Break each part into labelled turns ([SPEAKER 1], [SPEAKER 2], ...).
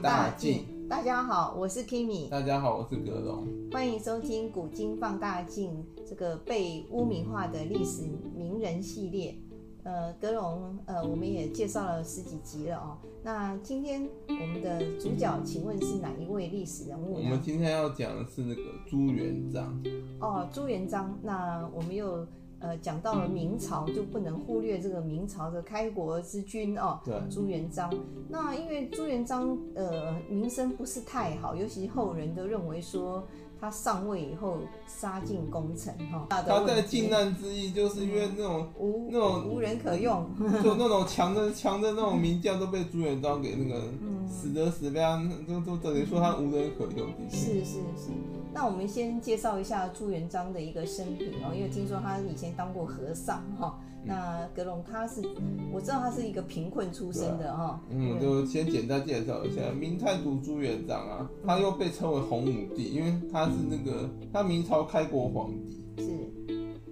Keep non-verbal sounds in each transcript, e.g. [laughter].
[SPEAKER 1] 大镜。
[SPEAKER 2] 大家好，我是 Kimi，
[SPEAKER 1] 大家好，我是格龙。
[SPEAKER 2] 欢迎收听《古今放大镜》这个被污名化的历史名人系列。呃，格龙，呃，我们也介绍了十几集了哦。那今天我们的主角，请问是哪一位历史人物
[SPEAKER 1] 我
[SPEAKER 2] 呢
[SPEAKER 1] 们？今天要讲的是那个朱元璋，
[SPEAKER 2] 哦，朱元璋。那我们又呃讲到了明朝，就不能忽略这个明朝的开国之君哦。
[SPEAKER 1] 对，
[SPEAKER 2] 朱元璋。那因为朱元璋呃名声不是太好，尤其后人都认为说他上位以后杀尽功臣哈，大的
[SPEAKER 1] 他
[SPEAKER 2] 问题
[SPEAKER 1] 在靖难之役，就是因为那种
[SPEAKER 2] 无
[SPEAKER 1] 那种
[SPEAKER 2] 无人可用，
[SPEAKER 1] 就那种强的强的那种名将都被朱元璋给那个死的死被他都都等于说他无人可用，的确。
[SPEAKER 2] 是是是。那我们先介绍一下朱元璋的一个生平哦，因为听说他以前当过和尚哈、那格隆他是我知道他是一个贫困出身的哈、
[SPEAKER 1] 嗯，就先简单介绍一下明太祖朱元璋啊，他又被称为洪武帝，因为他是那个他明朝开国皇帝，
[SPEAKER 2] 是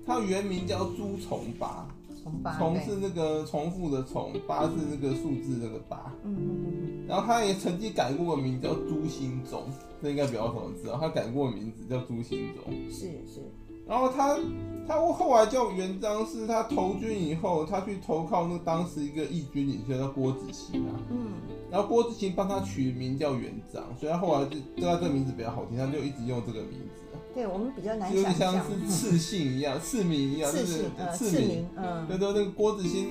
[SPEAKER 1] 他原名叫朱重八，
[SPEAKER 2] 从八
[SPEAKER 1] 重
[SPEAKER 2] 代
[SPEAKER 1] 是那个重复的重，八是那个数字那个八。
[SPEAKER 2] 嗯嗯嗯嗯
[SPEAKER 1] 然后他也曾经改过个名叫朱兴忠，这应该比较少人知道，他改过名字叫朱兴忠。
[SPEAKER 2] 嗯，是是
[SPEAKER 1] 然后他他后来叫元璋，是他投军以后，他去投靠那当时一个义军领袖叫郭子兴啊，
[SPEAKER 2] 嗯
[SPEAKER 1] 然后郭子兴帮他取名叫元璋，所以他后来就对他这个名字比较好听，他就一直用这个名字，啊
[SPEAKER 2] 对我们比较难
[SPEAKER 1] 就有
[SPEAKER 2] 想
[SPEAKER 1] 点像
[SPEAKER 2] 象。
[SPEAKER 1] 是赐姓一样，赐名一样，
[SPEAKER 2] 刺
[SPEAKER 1] 就是
[SPEAKER 2] 青，呃，
[SPEAKER 1] 赐
[SPEAKER 2] 刺
[SPEAKER 1] 名。
[SPEAKER 2] 名，嗯，
[SPEAKER 1] 对对，那个郭子兴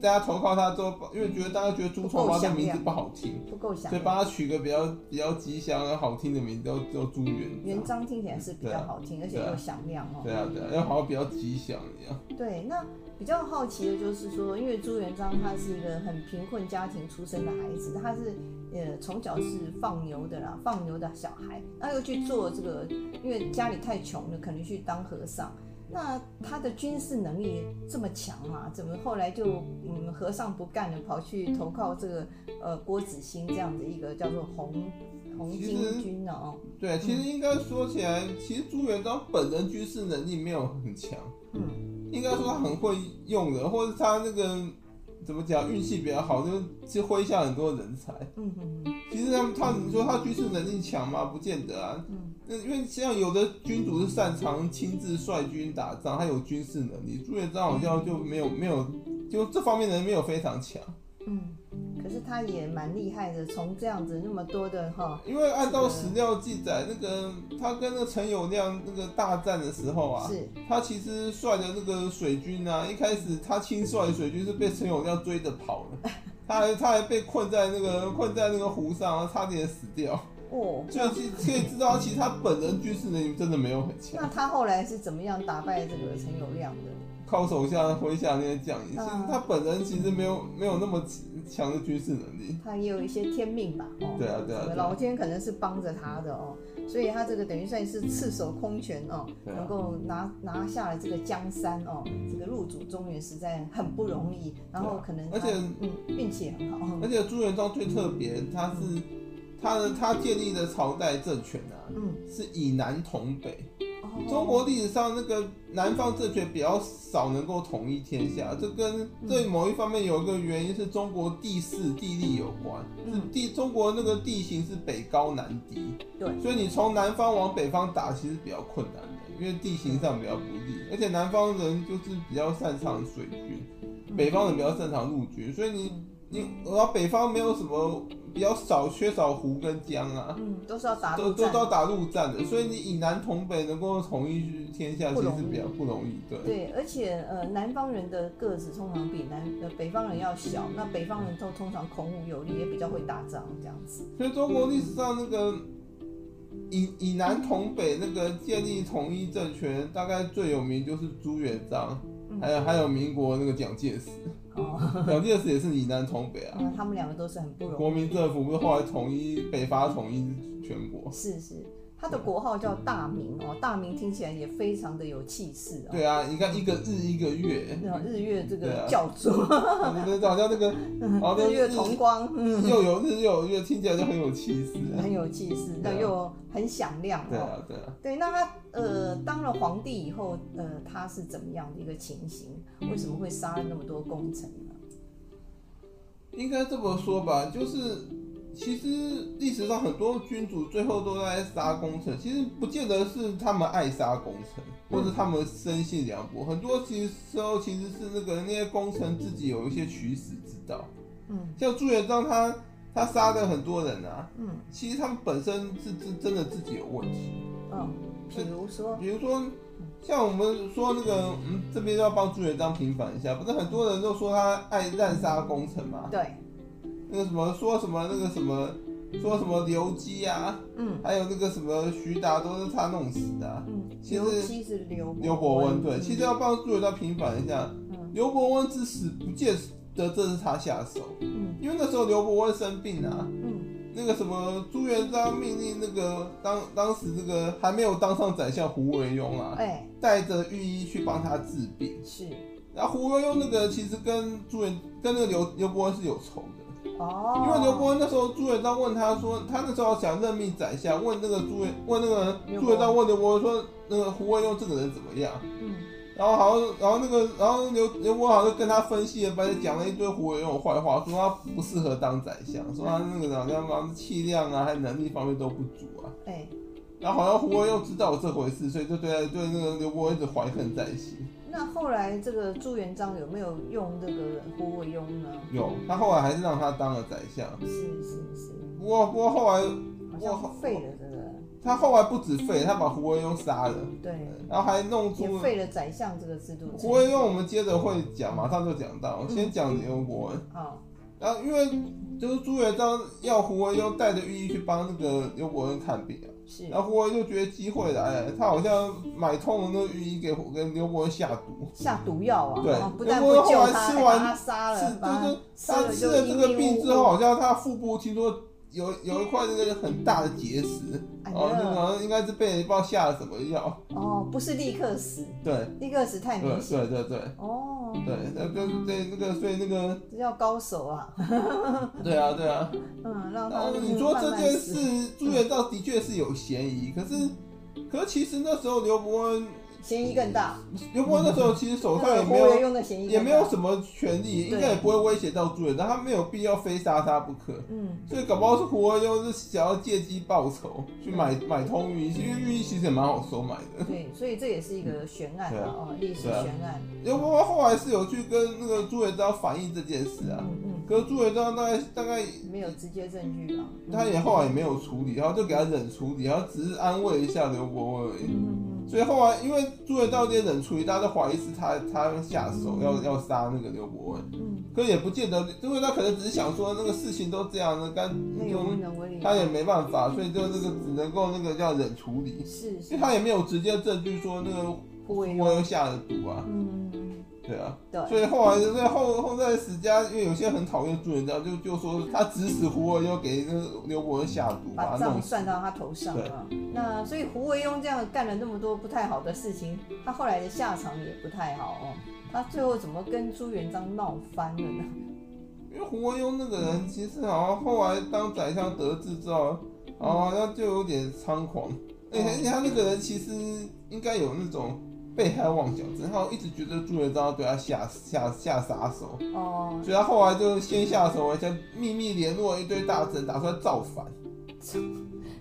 [SPEAKER 1] 大家投靠他之后，因为觉得大家觉得朱重八这个名字不好听。
[SPEAKER 2] 不够响
[SPEAKER 1] 所以。帮他取个比较比较吉祥而好听的名字，叫叫朱元
[SPEAKER 2] 原
[SPEAKER 1] 璋。
[SPEAKER 2] 章听起来是比较好听，而且又响亮哦。
[SPEAKER 1] 啊对啊，对啊，要好像比较吉祥一样。
[SPEAKER 2] 对，那比较好奇的就是说，因为朱元璋他是一个很贫困家庭出身的孩子，他是呃从小是放牛的啦，放牛的小孩，那又去做这个，因为家里太穷了，可能去当和尚。那他的军事能力这么强嘛？怎么后来就嗯和尚不干了，跑去投靠这个呃郭子兴这样的一个叫做红红
[SPEAKER 1] 其
[SPEAKER 2] 巾
[SPEAKER 1] 实
[SPEAKER 2] 军呢？哦，
[SPEAKER 1] 对，啊其实应该说起来，其实朱元璋本人军事能力没有很强，
[SPEAKER 2] 嗯。
[SPEAKER 1] 应该说他很会用人，或者他那个怎么讲运气比较好，就是去麾下很多人才。
[SPEAKER 2] 嗯嗯嗯
[SPEAKER 1] 其实他他你说他军事能力强吗？不见得啊。
[SPEAKER 2] 嗯
[SPEAKER 1] 那因为像有的君主是擅长亲自率军打仗，他有军事能力。朱元璋好像就没有没有，就这方面的人没有非常强。
[SPEAKER 2] 嗯，可是他也蛮厉害的，从这样子那么多的哈，
[SPEAKER 1] 因为按照史料记载，那个他跟那个陈友谅那个大战的时候啊，
[SPEAKER 2] 是
[SPEAKER 1] 他其实率的那个水军啊，一开始他亲率的水军是被陈友谅追着跑了，他还他还被困在那个困在那个湖上，差点死掉。
[SPEAKER 2] 哦。
[SPEAKER 1] 所以其可以知道，其实他本人军事能力真的没有很强，
[SPEAKER 2] 那他后来是怎么样打败这个陈友谅的？
[SPEAKER 1] 靠手下麾下那些将领，其
[SPEAKER 2] 嗯
[SPEAKER 1] 实他本人其实没有没有那么强的军事能力。
[SPEAKER 2] 他也有一些天命吧，哦，
[SPEAKER 1] 对啊对啊
[SPEAKER 2] 什
[SPEAKER 1] 对
[SPEAKER 2] 么
[SPEAKER 1] 啊
[SPEAKER 2] 老天可能是帮着他的哦，所以他这个等于算是赤手空拳哦，
[SPEAKER 1] 对啊
[SPEAKER 2] 能够拿拿下了这个江山哦，这个入主中原实在很不容易，然后可能他
[SPEAKER 1] 啊而且
[SPEAKER 2] 嗯运气也很好，嗯
[SPEAKER 1] 而且朱元璋最特别，他是他的他建立的朝代政权啊，
[SPEAKER 2] 嗯，
[SPEAKER 1] 是以南统北。
[SPEAKER 2] 哦
[SPEAKER 1] 中国历史上那个南方政权比较少能够统一天下，这跟
[SPEAKER 2] 嗯
[SPEAKER 1] 对某一方面有一个原因是中国地势地利有关，是
[SPEAKER 2] 嗯
[SPEAKER 1] 地中国那个地形是北高南低，
[SPEAKER 2] 对
[SPEAKER 1] 所以你从南方往北方打其实比较困难的，因为地形上比较不利，而且南方人就是比较擅长水军，北方人比较擅长陆军，所以你
[SPEAKER 2] 嗯
[SPEAKER 1] 你然后北方没有什么比较少缺少湖跟江啊，
[SPEAKER 2] 嗯都是要打
[SPEAKER 1] 都
[SPEAKER 2] 陆
[SPEAKER 1] 都
[SPEAKER 2] 战
[SPEAKER 1] 都要打陆战的，所以你以南统北能够统一天下，
[SPEAKER 2] 不
[SPEAKER 1] 其
[SPEAKER 2] 容易
[SPEAKER 1] 实比较不容易。对，
[SPEAKER 2] 对，而且呃，南方人的个子通常比南呃北方人要小，那北方人都通常孔武有力，也比较会打仗这样子。
[SPEAKER 1] 所以中国历史上那个以以南统北那个建立统一政权，大概最有名就是朱元璋，
[SPEAKER 2] 嗯
[SPEAKER 1] 还有还有民国那个蒋介石，
[SPEAKER 2] 哦，
[SPEAKER 1] 蒋介石也是以南统北啊。
[SPEAKER 2] [laughs] 那他们两个都是很不容
[SPEAKER 1] 国民政府不是后来统一北伐，统一全国
[SPEAKER 2] 易。。是是，他的国号叫大明哦，大明听起来也非常的有气势哦。
[SPEAKER 1] 对啊，你看一个日一个月， [laughs]
[SPEAKER 2] 那日月这
[SPEAKER 1] 对
[SPEAKER 2] 个
[SPEAKER 1] 啊哦
[SPEAKER 2] 叫做、
[SPEAKER 1] 对对，好像那个，好像
[SPEAKER 2] [laughs] 日月同光，嗯
[SPEAKER 1] 又有日又有月，听起来就很有气势啊。
[SPEAKER 2] 很有气势，那
[SPEAKER 1] 对啊
[SPEAKER 2] 又很响亮
[SPEAKER 1] 对
[SPEAKER 2] 哦。
[SPEAKER 1] 啊，对啊。
[SPEAKER 2] 对，那他呃当了皇帝以后，呃他是怎么样的一个情形？为什么会杀了那么多功臣呢？
[SPEAKER 1] 应该这么说吧，就是其实历史上很多君主最后都在杀功臣，其实不见得是他们爱杀功臣，或者他们生性凉薄，很多其实时候其实是那个那些功臣自己有一些取死之道。
[SPEAKER 2] 嗯
[SPEAKER 1] 像朱元璋他他杀的很多人啊，
[SPEAKER 2] 嗯
[SPEAKER 1] 其实他们本身是真真的自己有问题，
[SPEAKER 2] 嗯，比如说，
[SPEAKER 1] 比如说。像我们说那个，嗯，这边要帮朱元璋平反一下，不是很多人都说他爱滥杀功臣吗？
[SPEAKER 2] 对，
[SPEAKER 1] 那个什么说什么那个什么说什么刘基啊，
[SPEAKER 2] 嗯
[SPEAKER 1] 还有那个什么徐达都是他弄死的啊、
[SPEAKER 2] 嗯，
[SPEAKER 1] 其实
[SPEAKER 2] 刘基是刘
[SPEAKER 1] 刘伯温对，
[SPEAKER 2] 嗯
[SPEAKER 1] 其实要帮朱元璋平反一下
[SPEAKER 2] 嗯，
[SPEAKER 1] 刘伯温之死不见得这是他下手，
[SPEAKER 2] 嗯
[SPEAKER 1] 因为那时候刘伯温生病啊，
[SPEAKER 2] 嗯
[SPEAKER 1] 那个什么朱元璋命令那个当当时那个还没有当上宰相胡惟庸啊，
[SPEAKER 2] 哎
[SPEAKER 1] 带着御医去帮他治病，
[SPEAKER 2] 是
[SPEAKER 1] 然后胡惟庸那个其实跟朱元跟那个刘刘伯温是有仇的。
[SPEAKER 2] 哦，
[SPEAKER 1] 因为刘伯温那时候朱元璋问他说，他那时候想任命宰相，问那个朱元问那个
[SPEAKER 2] 刘伯温
[SPEAKER 1] 朱元璋问刘伯温说，那个胡惟庸这个人怎么样？
[SPEAKER 2] 嗯
[SPEAKER 1] 然后好像，然后那个，然后刘刘伯温好像跟他分析了半天，讲了一堆胡惟庸的坏话，说他不适合当宰相，说他那个好像好像气量啊，还有能力方面都不足啊。
[SPEAKER 2] 哎
[SPEAKER 1] 然后好像胡惟庸知道有这回事，所以就对他对那个刘伯温一直怀恨在心。
[SPEAKER 2] 那后来这个朱元璋有没有用这个胡惟庸呢？
[SPEAKER 1] 有，他后来还是让他当了宰相。
[SPEAKER 2] 是是是，
[SPEAKER 1] 不过不过后来
[SPEAKER 2] 好
[SPEAKER 1] 哇
[SPEAKER 2] 像废了这个，
[SPEAKER 1] 他后来不止废，他把胡惟庸杀了，
[SPEAKER 2] 对，
[SPEAKER 1] 然后还弄出
[SPEAKER 2] 也废了宰相这个制度。
[SPEAKER 1] 胡惟庸，我们接着会讲，马上就讲到，先讲刘伯温。
[SPEAKER 2] 哦，
[SPEAKER 1] 然后因为就是朱元璋要胡惟庸带着御医去帮那个刘伯温看病啊，
[SPEAKER 2] 是
[SPEAKER 1] 然后胡惟庸就觉得机会来了，他好像买通了那个御医给胡给刘伯温下毒，
[SPEAKER 2] 下毒药啊，
[SPEAKER 1] 对
[SPEAKER 2] 哦不但
[SPEAKER 1] 结
[SPEAKER 2] 不
[SPEAKER 1] 果
[SPEAKER 2] 救
[SPEAKER 1] 后来
[SPEAKER 2] 他，
[SPEAKER 1] 吃
[SPEAKER 2] 还
[SPEAKER 1] 完
[SPEAKER 2] 把他杀
[SPEAKER 1] 是
[SPEAKER 2] 了，把
[SPEAKER 1] 就是
[SPEAKER 2] 吃
[SPEAKER 1] 他
[SPEAKER 2] 了
[SPEAKER 1] 吃
[SPEAKER 2] 就
[SPEAKER 1] 了这
[SPEAKER 2] 一
[SPEAKER 1] 个
[SPEAKER 2] 命
[SPEAKER 1] 病
[SPEAKER 2] 呜
[SPEAKER 1] 之
[SPEAKER 2] 呼
[SPEAKER 1] 后，，好像他腹部听说有有一块那个很大的结石，
[SPEAKER 2] 哎
[SPEAKER 1] 哦，那个
[SPEAKER 2] 呀
[SPEAKER 1] 好像应该是被人不知道下了什么药，
[SPEAKER 2] 哦，不是立刻死，
[SPEAKER 1] 对
[SPEAKER 2] 立刻死太
[SPEAKER 1] 对
[SPEAKER 2] 明显
[SPEAKER 1] 对对对
[SPEAKER 2] 哦，
[SPEAKER 1] 对，那跟对那个所以那个
[SPEAKER 2] 这叫高手啊， [laughs]
[SPEAKER 1] 对啊对啊。
[SPEAKER 2] 嗯，
[SPEAKER 1] 然
[SPEAKER 2] 让他
[SPEAKER 1] 后
[SPEAKER 2] 就是
[SPEAKER 1] 你说
[SPEAKER 2] 慢
[SPEAKER 1] 这
[SPEAKER 2] 慢
[SPEAKER 1] 件
[SPEAKER 2] 死
[SPEAKER 1] 事，朱元璋的确是有嫌疑，可是，可是其实那时候刘伯温，
[SPEAKER 2] 嫌疑更大，
[SPEAKER 1] 刘伯温那时候其实手上也
[SPEAKER 2] 胡
[SPEAKER 1] 没
[SPEAKER 2] 惟
[SPEAKER 1] 有
[SPEAKER 2] 庸的嫌疑
[SPEAKER 1] 也
[SPEAKER 2] 更
[SPEAKER 1] 没
[SPEAKER 2] 大
[SPEAKER 1] 有什么权利，应该也不会威胁到朱元璋，他没有必要非杀他不可。
[SPEAKER 2] 嗯
[SPEAKER 1] 所以搞不好是胡惟庸是想要借机报仇，去买买通御医，因为御医其实也蛮好收买的。
[SPEAKER 2] 对，所以这也是一个悬案
[SPEAKER 1] 对啊
[SPEAKER 2] 啊，哦，历史
[SPEAKER 1] 对啊
[SPEAKER 2] 悬案，
[SPEAKER 1] 刘伯温后来是有去跟那个朱元璋反映这件事啊，
[SPEAKER 2] 嗯嗯，
[SPEAKER 1] 可是朱元璋大概大概
[SPEAKER 2] 没有直接证据吧，啊嗯
[SPEAKER 1] 他也后来也没有处理，然后就给他忍处理，然后只是安慰一下刘伯温而已。
[SPEAKER 2] 嗯嗯
[SPEAKER 1] 所以后来因为朱元璋有点冷处理，大家都怀疑是他他下手要要杀那个刘伯温，
[SPEAKER 2] 嗯，
[SPEAKER 1] 可也不见得，因为他可能只是想说那个事情都这样了，干
[SPEAKER 2] 那
[SPEAKER 1] 就
[SPEAKER 2] 有无能为力，
[SPEAKER 1] 他也没办法，所以就那个只能够那个叫冷处理，
[SPEAKER 2] 是
[SPEAKER 1] 因为
[SPEAKER 2] 是
[SPEAKER 1] 他也没有直接证据说那个
[SPEAKER 2] 胡惟
[SPEAKER 1] 我
[SPEAKER 2] 庸，
[SPEAKER 1] 有下了毒啊，
[SPEAKER 2] 嗯嗯嗯嗯
[SPEAKER 1] 对啊，
[SPEAKER 2] 对。
[SPEAKER 1] 所以后来所以后后在史家，因为有些人很讨厌朱元璋，就就说他指使胡惟庸给那个刘伯温下毒，啊把
[SPEAKER 2] 把
[SPEAKER 1] 他弄
[SPEAKER 2] 账
[SPEAKER 1] 死。
[SPEAKER 2] 算到他头上了。那所以胡惟庸这样干了那么多不太好的事情，他后来的下场也不太好哦。他最后怎么跟朱元璋闹翻了呢？
[SPEAKER 1] 因为胡惟庸那个人，其实好像后来当宰相得志之后，然后好像就有点猖狂。
[SPEAKER 2] 哦
[SPEAKER 1] 而且而且他那个人其实应该有那种被害妄想症，他一直觉得朱元璋要对他下下下杀手，
[SPEAKER 2] 哦，
[SPEAKER 1] 所以他后来就先下手，而且秘密联络一堆大臣，打算造反。
[SPEAKER 2] 哦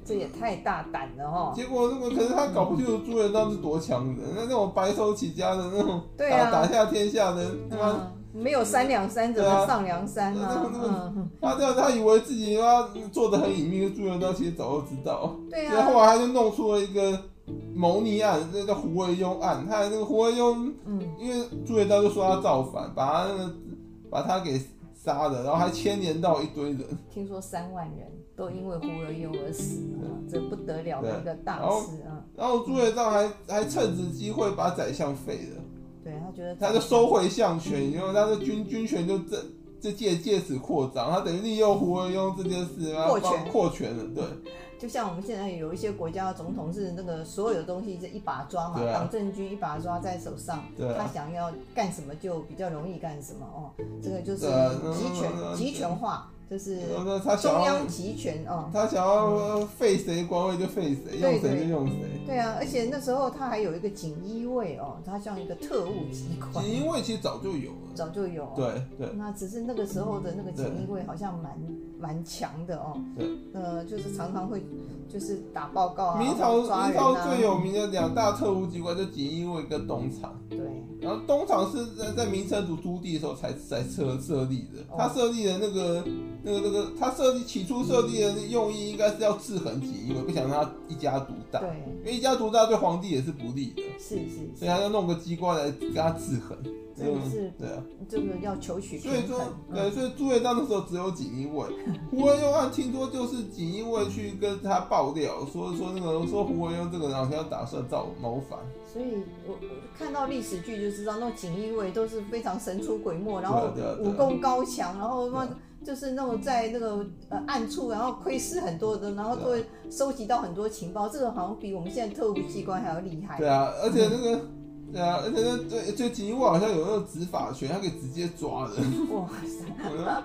[SPEAKER 2] 这也太大胆了哦。
[SPEAKER 1] 结果那个可是他搞不清楚朱元璋是多强的人，那那种白手起家的那种打、
[SPEAKER 2] 对啊
[SPEAKER 1] 打下天下的，他妈
[SPEAKER 2] 嗯，没有三两三怎么上梁山呢、
[SPEAKER 1] 啊对啊那个
[SPEAKER 2] 嗯，
[SPEAKER 1] 他这样他以为自己要做的很隐秘，朱元璋其实早就知道。
[SPEAKER 2] 对
[SPEAKER 1] 所以后
[SPEAKER 2] 啊，
[SPEAKER 1] 来他就弄出了一个谋逆案，那叫胡惟庸案。他那个胡惟庸，
[SPEAKER 2] 嗯，
[SPEAKER 1] 因为朱元璋就说他造反，把他那个把他给杀了，然后还牵连到一堆人。
[SPEAKER 2] 听说三万人都因为胡惟庸而死啊，这不得了
[SPEAKER 1] 对
[SPEAKER 2] 的一个大
[SPEAKER 1] 然后
[SPEAKER 2] 事啊！
[SPEAKER 1] 然后朱元璋还还趁着机会把宰相废了，
[SPEAKER 2] 对他觉得
[SPEAKER 1] 他就收回相权，然后他的军军权就这这借借此扩张，他等于利用胡惟庸这件事，然后
[SPEAKER 2] 扩权
[SPEAKER 1] 帮扩权了，对。
[SPEAKER 2] 就像我们现在有一些国家的总统是那个所有东西是一把抓嘛，
[SPEAKER 1] 对啊
[SPEAKER 2] 党政军一把抓在手上，
[SPEAKER 1] 对啊
[SPEAKER 2] 他想要干什么就比较容易干什么哦。这个就是
[SPEAKER 1] 对啊嗯
[SPEAKER 2] 集权、
[SPEAKER 1] 嗯嗯
[SPEAKER 2] 集权化，就是
[SPEAKER 1] 那他想
[SPEAKER 2] 中
[SPEAKER 1] 要
[SPEAKER 2] 央集权哦。
[SPEAKER 1] 他想要废谁官位就废谁，用谁就用谁。
[SPEAKER 2] 对啊，而且那时候他还有一个锦衣卫哦，他像一个特务机关，
[SPEAKER 1] 锦衣卫其实早就有了，
[SPEAKER 2] 早就有、哦。
[SPEAKER 1] 对对
[SPEAKER 2] 那只是那个时候的那个锦衣卫好像蛮蛮强的哦。
[SPEAKER 1] 对。
[SPEAKER 2] 呃，就是常常会就是打报告啊，
[SPEAKER 1] 明朝
[SPEAKER 2] 或抓
[SPEAKER 1] 明
[SPEAKER 2] 人啊
[SPEAKER 1] 朝最有名的两大特务机关就锦衣卫跟东厂，
[SPEAKER 2] 对
[SPEAKER 1] 然后东厂是在在明成祖朱棣的时候才才设设立的
[SPEAKER 2] 哦，
[SPEAKER 1] 他设立的那个那个那个，他设立起初设立的用意应该是要制衡锦衣卫，不想让他一家独大，
[SPEAKER 2] 对
[SPEAKER 1] 因为一家独大对皇帝也是不利的，
[SPEAKER 2] 是是
[SPEAKER 1] 所以他
[SPEAKER 2] 是，
[SPEAKER 1] 要弄个机关来跟他制衡，
[SPEAKER 2] 真的是
[SPEAKER 1] 嗯对啊。
[SPEAKER 2] 这个要求取
[SPEAKER 1] 所以
[SPEAKER 2] 平
[SPEAKER 1] 说
[SPEAKER 2] 衡，。
[SPEAKER 1] 对，
[SPEAKER 2] 嗯
[SPEAKER 1] 所以朱元璋那时候只有锦衣
[SPEAKER 2] [laughs]
[SPEAKER 1] 卫，胡文庸案听说就是锦衣卫去跟他爆料，说说那个说胡文庸这个人好像打算造谋反，
[SPEAKER 2] 所以我我看到历史剧就知道，那种锦衣卫都是非常神出鬼没，然
[SPEAKER 1] 对
[SPEAKER 2] 后
[SPEAKER 1] 啊对啊对啊
[SPEAKER 2] 武功高强，然后那
[SPEAKER 1] 对啊
[SPEAKER 2] 就是那种在那个呃暗处，然后窥视很多的，然
[SPEAKER 1] 啊
[SPEAKER 2] 后都会收集到很多情报。这个好像比我们现在特务机关还要厉害。
[SPEAKER 1] 对啊，而且那个。对啊，而且那对就锦衣卫好像有那种执法权，他可以直接抓
[SPEAKER 2] [laughs]
[SPEAKER 1] 人。
[SPEAKER 2] 哇塞！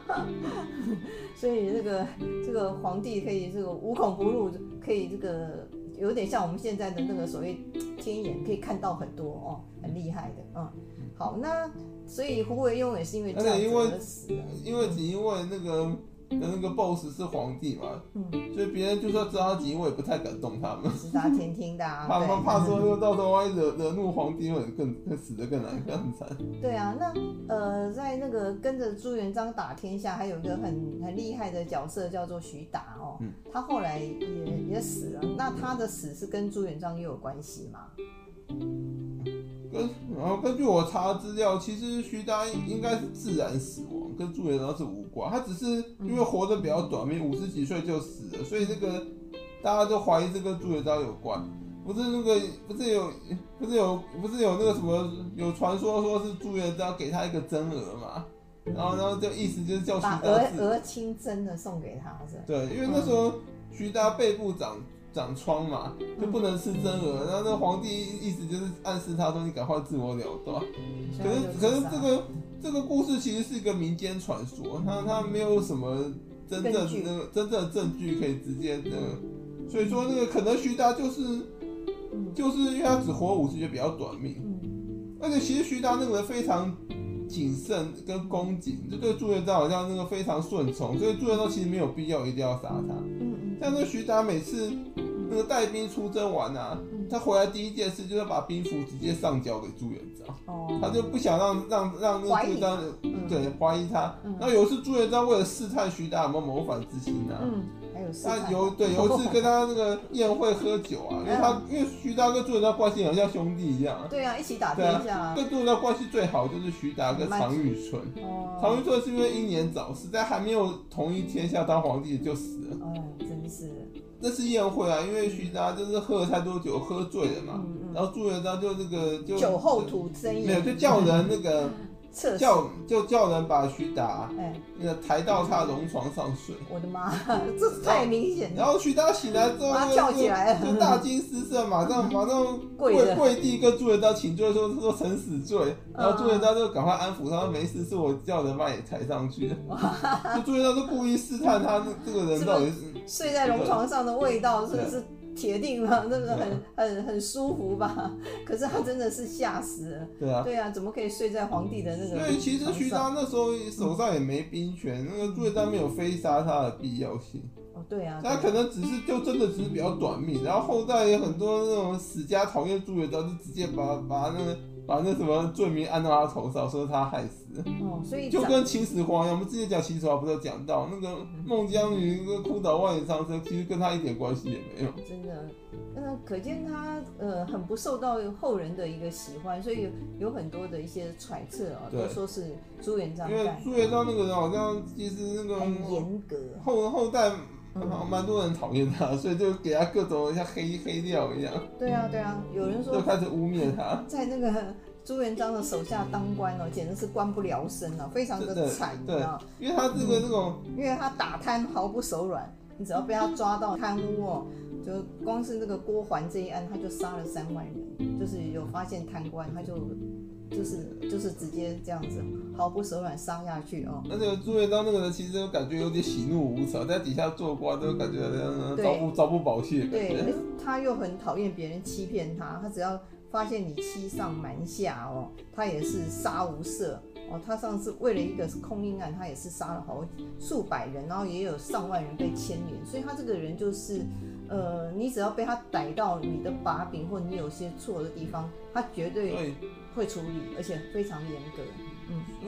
[SPEAKER 2] 所以这个这个皇帝可以这个无孔不入，可以这个有点像我们现在的那个所谓天眼，可以看到很多哦，很厉害的啊、嗯。好，那所以胡惟庸也是因为这样
[SPEAKER 1] 而且因为
[SPEAKER 2] 子而死的，
[SPEAKER 1] 哎因为锦衣卫那个那个 boss 是皇帝嘛，
[SPEAKER 2] 嗯，
[SPEAKER 1] 所以别人就算知道他锦衣卫，也不太敢动他们，
[SPEAKER 2] 直达天听的啊，
[SPEAKER 1] [laughs] 怕怕
[SPEAKER 2] 对
[SPEAKER 1] 怕说又到时候万一惹惹怒皇帝，会更更死得更难看，更惨。
[SPEAKER 2] [laughs] 对啊，那呃，在那个跟着朱元璋打天下，还有一个很很厉害的角色叫做徐达哦，
[SPEAKER 1] 嗯
[SPEAKER 2] 他后来也也死了。那他的死是跟朱元璋也有关系吗？
[SPEAKER 1] 根然后根据我查资料，其实徐达应该是自然死亡，跟朱元璋是无关。他只是
[SPEAKER 2] 嗯
[SPEAKER 1] 因为活得比较短命，五十几岁就死了，所以这个大家都怀疑这跟朱元璋有关。不是那个，不是有，不是有，不是有那个什么，有传说说是朱元璋给他一个真额嘛，然后然后就意思就是哦叫徐
[SPEAKER 2] 把
[SPEAKER 1] 达
[SPEAKER 2] 额
[SPEAKER 1] 自
[SPEAKER 2] 额清真的送给他是吧？
[SPEAKER 1] 对，因为那时候徐达背部长长疮嘛，就不能吃真额，然后那皇帝意思就是暗示他说你赶快自我了断。
[SPEAKER 2] 所以
[SPEAKER 1] 可是
[SPEAKER 2] 他
[SPEAKER 1] 可是这
[SPEAKER 2] 就自杀
[SPEAKER 1] 个这个故事其实是一个民间传说，它它没有什么真正
[SPEAKER 2] 根据
[SPEAKER 1] 那个真正的证据可以直接那个，所以说那个可能徐达就是
[SPEAKER 2] 嗯
[SPEAKER 1] 就是因为他只活五十就比较短命，
[SPEAKER 2] 嗯
[SPEAKER 1] 而且其实徐达那个人非常谨慎跟恭谨，就对朱元璋好像那个非常顺从，所以朱元璋其实没有必要一定要杀他。
[SPEAKER 2] 嗯
[SPEAKER 1] 像那徐达每次那个带兵出征完啊，
[SPEAKER 2] 嗯
[SPEAKER 1] 他回来第一件事就是把兵符直接上交给朱元璋。
[SPEAKER 2] 嗯哦，
[SPEAKER 1] 他就不想让让让那
[SPEAKER 2] 怀
[SPEAKER 1] 个朱元
[SPEAKER 2] 疑
[SPEAKER 1] 璋
[SPEAKER 2] 嗯
[SPEAKER 1] 对怀疑他。
[SPEAKER 2] 嗯
[SPEAKER 1] 然后有一次朱元璋为了试探徐达有没有谋反之心啊，
[SPEAKER 2] 嗯还有四
[SPEAKER 1] 他
[SPEAKER 2] 川
[SPEAKER 1] 有对有一次跟他那个宴会喝酒
[SPEAKER 2] 嗯
[SPEAKER 1] 啊，因为他因为徐达跟朱元璋关系很像兄弟一样啊，
[SPEAKER 2] 对啊，一起打天下啊
[SPEAKER 1] 跟朱元璋关系最好就是徐达
[SPEAKER 2] 嗯
[SPEAKER 1] 跟常遇春。常
[SPEAKER 2] 哦，
[SPEAKER 1] 遇春是因为英年早逝，在还没有统一天下当皇帝就死了。
[SPEAKER 2] 哎，真是
[SPEAKER 1] 那次宴会啊，因为徐达就是喝了太多酒，喝醉了嘛，
[SPEAKER 2] 嗯
[SPEAKER 1] 然后朱元璋就那个就
[SPEAKER 2] 嗯，酒后吐嗯真言，
[SPEAKER 1] 没有就叫人那个。
[SPEAKER 2] 厕所，
[SPEAKER 1] 叫就叫人把徐达
[SPEAKER 2] 哎，
[SPEAKER 1] 那个抬到他的龙床上睡，
[SPEAKER 2] 我的妈，这是太明显
[SPEAKER 1] 然
[SPEAKER 2] 了，
[SPEAKER 1] 后徐达醒来之后，
[SPEAKER 2] 嗯把
[SPEAKER 1] 那
[SPEAKER 2] 他
[SPEAKER 1] 个
[SPEAKER 2] 跳起来
[SPEAKER 1] 就就大惊失色，马上马上
[SPEAKER 2] [laughs] 跪
[SPEAKER 1] 跪
[SPEAKER 2] 着
[SPEAKER 1] 跪地跟朱元璋请罪，说说臣死罪，然后朱元璋就赶快安抚他说没事，是我叫人把你抬上去的。就朱元璋就故意试探他这这个人到底是
[SPEAKER 2] 睡在龙床上的味道是不是铁定了？那个很很很舒服吧？可是他真的是吓死了。
[SPEAKER 1] 对啊。
[SPEAKER 2] 对啊，怎么可以睡在皇帝的那个
[SPEAKER 1] 所
[SPEAKER 2] 床
[SPEAKER 1] 以
[SPEAKER 2] 上？
[SPEAKER 1] 其实徐达那时候手上也没兵权，那个朱元璋没有非杀他的必要性。
[SPEAKER 2] 哦，对啊，
[SPEAKER 1] 他可能只是就真的只是比较短命，然后后代有很多那种死家讨厌朱元璋，就直接把把那个把那什么罪名按到他头上，说他害死，
[SPEAKER 2] 哦，所以
[SPEAKER 1] 就
[SPEAKER 2] 长
[SPEAKER 1] 跟秦始皇一样。我们之前讲秦始皇不是有讲到那个孟姜女跟哭倒万里长城，其实跟他一点关系也没有。
[SPEAKER 2] 真的，呃，可见他呃很不受到后人的一个喜欢，所以有有很多的一些揣测啊、
[SPEAKER 1] 嗯对
[SPEAKER 2] 都说是朱元璋
[SPEAKER 1] 因为
[SPEAKER 2] 干
[SPEAKER 1] 朱元璋那个人好像其实那个
[SPEAKER 2] 很严格，
[SPEAKER 1] 后后代
[SPEAKER 2] 嗯
[SPEAKER 1] 好蛮多人讨厌他，所以就给他各种像黑黑料一样，
[SPEAKER 2] 对啊对啊，有人
[SPEAKER 1] 就
[SPEAKER 2] 说
[SPEAKER 1] 开始污蔑他。
[SPEAKER 2] 在那个朱元璋的手下当官哦，简直是官不聊生啊，非常的惨
[SPEAKER 1] 对
[SPEAKER 2] 啊，
[SPEAKER 1] 因为他这个那种
[SPEAKER 2] 因为他打贪毫不手软，你只要被他抓到贪污哦。就光是那个郭桓这一案，他就杀了三万人，就是有发现贪官，他就就是就是直接这样子毫不手软杀下去哦。
[SPEAKER 1] 而且朱元璋那个人其实感觉有点喜怒无常，在底下做官都感觉好像呃
[SPEAKER 2] 嗯对
[SPEAKER 1] 朝不朝不保夕的感
[SPEAKER 2] 对，
[SPEAKER 1] 觉。
[SPEAKER 2] 他又很讨厌别人欺骗他，他只要发现你欺上瞒下哦，他也是杀无赦哦。他上次为了一个空运案，他也是杀了好几数百人，然后也有上万人被牵连，所以他这个人就是。呃，你只要被他逮到你的把柄，或你有些错的地方，他绝对
[SPEAKER 1] 对，
[SPEAKER 2] 会处理，而且非常严格。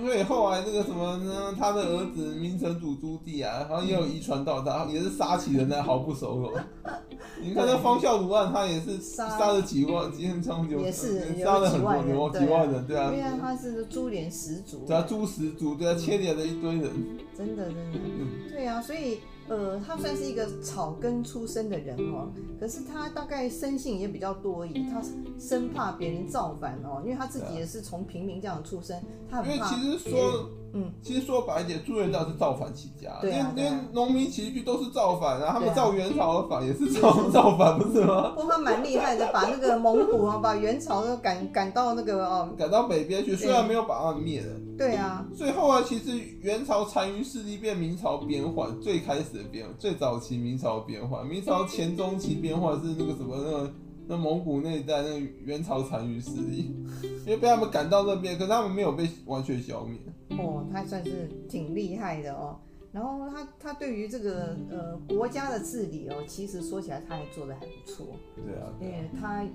[SPEAKER 1] 所以后来那个什么呢，他的儿子明成祖朱棣啊，好像也有遗传到他，也是杀起人来毫不手
[SPEAKER 2] [laughs]
[SPEAKER 1] 软。你看那方孝孺案，他也是
[SPEAKER 2] 杀
[SPEAKER 1] 杀了几万，几千张
[SPEAKER 2] 也是
[SPEAKER 1] 杀了很多人，
[SPEAKER 2] 有
[SPEAKER 1] 有
[SPEAKER 2] 几
[SPEAKER 1] 几
[SPEAKER 2] 万
[SPEAKER 1] 万
[SPEAKER 2] 人
[SPEAKER 1] 人，对啊
[SPEAKER 2] 因，为他是株连十足，
[SPEAKER 1] 对啊，诛十族，对啊，牵连了一堆人。
[SPEAKER 2] 真的真的。
[SPEAKER 1] 嗯，
[SPEAKER 2] 对啊，所以呃，他算是一个草根出身的人哦，可是他大概生性也比较多疑，他生怕别人造反哦，因为他自己也是从平民这样出身，他
[SPEAKER 1] 因
[SPEAKER 2] 很
[SPEAKER 1] 为
[SPEAKER 2] 怕
[SPEAKER 1] 哎其实
[SPEAKER 2] 别人
[SPEAKER 1] 说。
[SPEAKER 2] 嗯，
[SPEAKER 1] 其实说白一点，朱元璋是造反起家，
[SPEAKER 2] 对啊
[SPEAKER 1] 因为
[SPEAKER 2] 对啊
[SPEAKER 1] 因为农民起义军都是造反啊，他
[SPEAKER 2] 对
[SPEAKER 1] 们
[SPEAKER 2] 啊
[SPEAKER 1] 造元朝的反也是造造反，不是
[SPEAKER 2] [laughs]
[SPEAKER 1] 吗？
[SPEAKER 2] 不过他蛮厉害的，把那个蒙古啊，把元朝都赶赶到那个哦，
[SPEAKER 1] 赶到北边去，虽然没有把他们灭了，
[SPEAKER 2] 对啊，
[SPEAKER 1] 所以后来其实元朝残余势力变明朝边患，最开始的边最早期明朝边患，明朝前中期边患是那个什么那个那蒙古那一带那个元朝残余势力， [laughs] 因为被他们赶到那边，可是他们没有被完全消灭。
[SPEAKER 2] 哦，他算是挺厉害的哦。然后他他对于这个呃国家的治理哦，其实说起来他还做得还不错，
[SPEAKER 1] 对啊，
[SPEAKER 2] 因
[SPEAKER 1] 对啊。
[SPEAKER 2] 为他也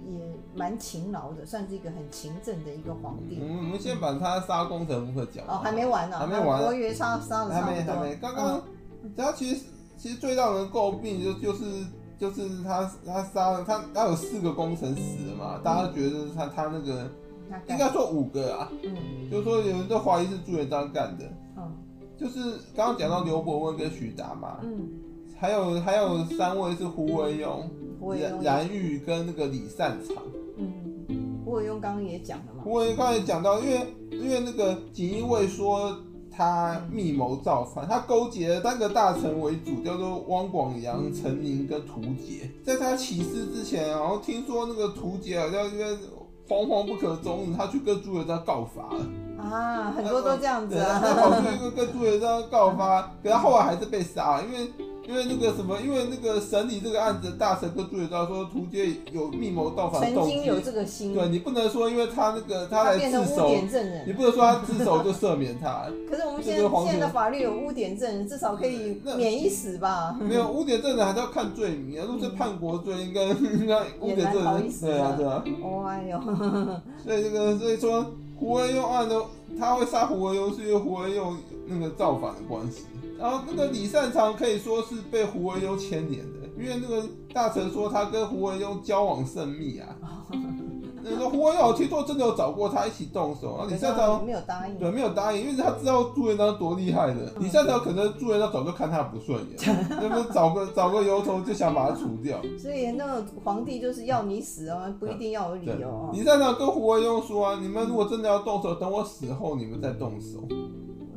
[SPEAKER 2] 蛮勤劳的，算是一个很勤政的一个皇帝。
[SPEAKER 1] 我们我们先把他杀功臣部分讲完
[SPEAKER 2] 哦，还没完呢、
[SPEAKER 1] 还没完
[SPEAKER 2] 我以为杀杀的嗯
[SPEAKER 1] 还
[SPEAKER 2] 差
[SPEAKER 1] 没
[SPEAKER 2] 不多。
[SPEAKER 1] 还没，刚刚他其实其实最让人诟病就就是就是他他杀了他他有四个工程死了嘛，大家觉得他他那个
[SPEAKER 2] 大
[SPEAKER 1] 应
[SPEAKER 2] 概
[SPEAKER 1] 该说五个啊，
[SPEAKER 2] 嗯
[SPEAKER 1] 就是说有人就怀疑是朱元璋干的，
[SPEAKER 2] 嗯
[SPEAKER 1] 就是刚刚讲到刘伯温跟徐达嘛，
[SPEAKER 2] 嗯，
[SPEAKER 1] 还有还有三位是胡惟庸、
[SPEAKER 2] 胡惟庸
[SPEAKER 1] 冉
[SPEAKER 2] 也，
[SPEAKER 1] 冉玉跟那个李善长。
[SPEAKER 2] 嗯，胡惟庸刚刚也讲了嘛，
[SPEAKER 1] 我也刚才讲到，因为因为那个锦衣卫说他密谋造反，他勾结了三个大臣为主，叫做汪广洋、陈宁跟屠杰。在他起事之前，然后听说那个屠杰好像因为惶惶不可终日，他去跟朱元璋告发了，
[SPEAKER 2] 啊，很
[SPEAKER 1] 呃
[SPEAKER 2] 多都这样子
[SPEAKER 1] 对，
[SPEAKER 2] 啊，
[SPEAKER 1] 他跑去跟跟朱元璋告发，可他后来还是被杀了，因为。因为那个什么，因为那个审理这个案子的大臣跟朱元璋说，屠杰有密谋造反的
[SPEAKER 2] [laughs] 曾
[SPEAKER 1] 动
[SPEAKER 2] 经
[SPEAKER 1] 机。
[SPEAKER 2] 有这个心，
[SPEAKER 1] 对你不能说，因为他那个他
[SPEAKER 2] 他
[SPEAKER 1] 来
[SPEAKER 2] 变成
[SPEAKER 1] 自
[SPEAKER 2] 污
[SPEAKER 1] 首，
[SPEAKER 2] 点证
[SPEAKER 1] 你
[SPEAKER 2] 人。
[SPEAKER 1] 不能说他自首就赦免他，
[SPEAKER 2] 可是我们
[SPEAKER 1] 这
[SPEAKER 2] 现
[SPEAKER 1] 就是
[SPEAKER 2] 在
[SPEAKER 1] 皇帝
[SPEAKER 2] 现在的法律有污点证人，至少可以
[SPEAKER 1] 那
[SPEAKER 2] 免一死吧？
[SPEAKER 1] 没有污点证人还是要看罪名啊。如果是叛国罪，应该应该污点
[SPEAKER 2] 也
[SPEAKER 1] 证
[SPEAKER 2] 蛮好意
[SPEAKER 1] 人
[SPEAKER 2] 思的
[SPEAKER 1] 对啊对啊。
[SPEAKER 2] 哦哎呦，
[SPEAKER 1] 所以这个所以说胡惟庸案呢，他会杀胡惟庸是因为胡惟庸那个造反的关系。然后那个李善长可以说是被胡惟庸牵连的，因为那个大臣说他跟胡惟庸交往甚密啊。
[SPEAKER 2] 哦
[SPEAKER 1] 那个胡惟庸我听说真的有找过他一起动手，然后李善长
[SPEAKER 2] 没有答应，
[SPEAKER 1] 对，没有答应，因为他知道朱元璋多厉害的。
[SPEAKER 2] 嗯
[SPEAKER 1] 李善长可能朱元璋早就看他不顺眼，
[SPEAKER 2] [laughs]
[SPEAKER 1] 那么找个找个由头就想把他除掉。
[SPEAKER 2] 所以那个皇帝就是要你死哦，不一定要有理
[SPEAKER 1] 对
[SPEAKER 2] 由哦。
[SPEAKER 1] 李善长跟胡惟庸说啊，你们如果真的要动手，等我死后你们再动手。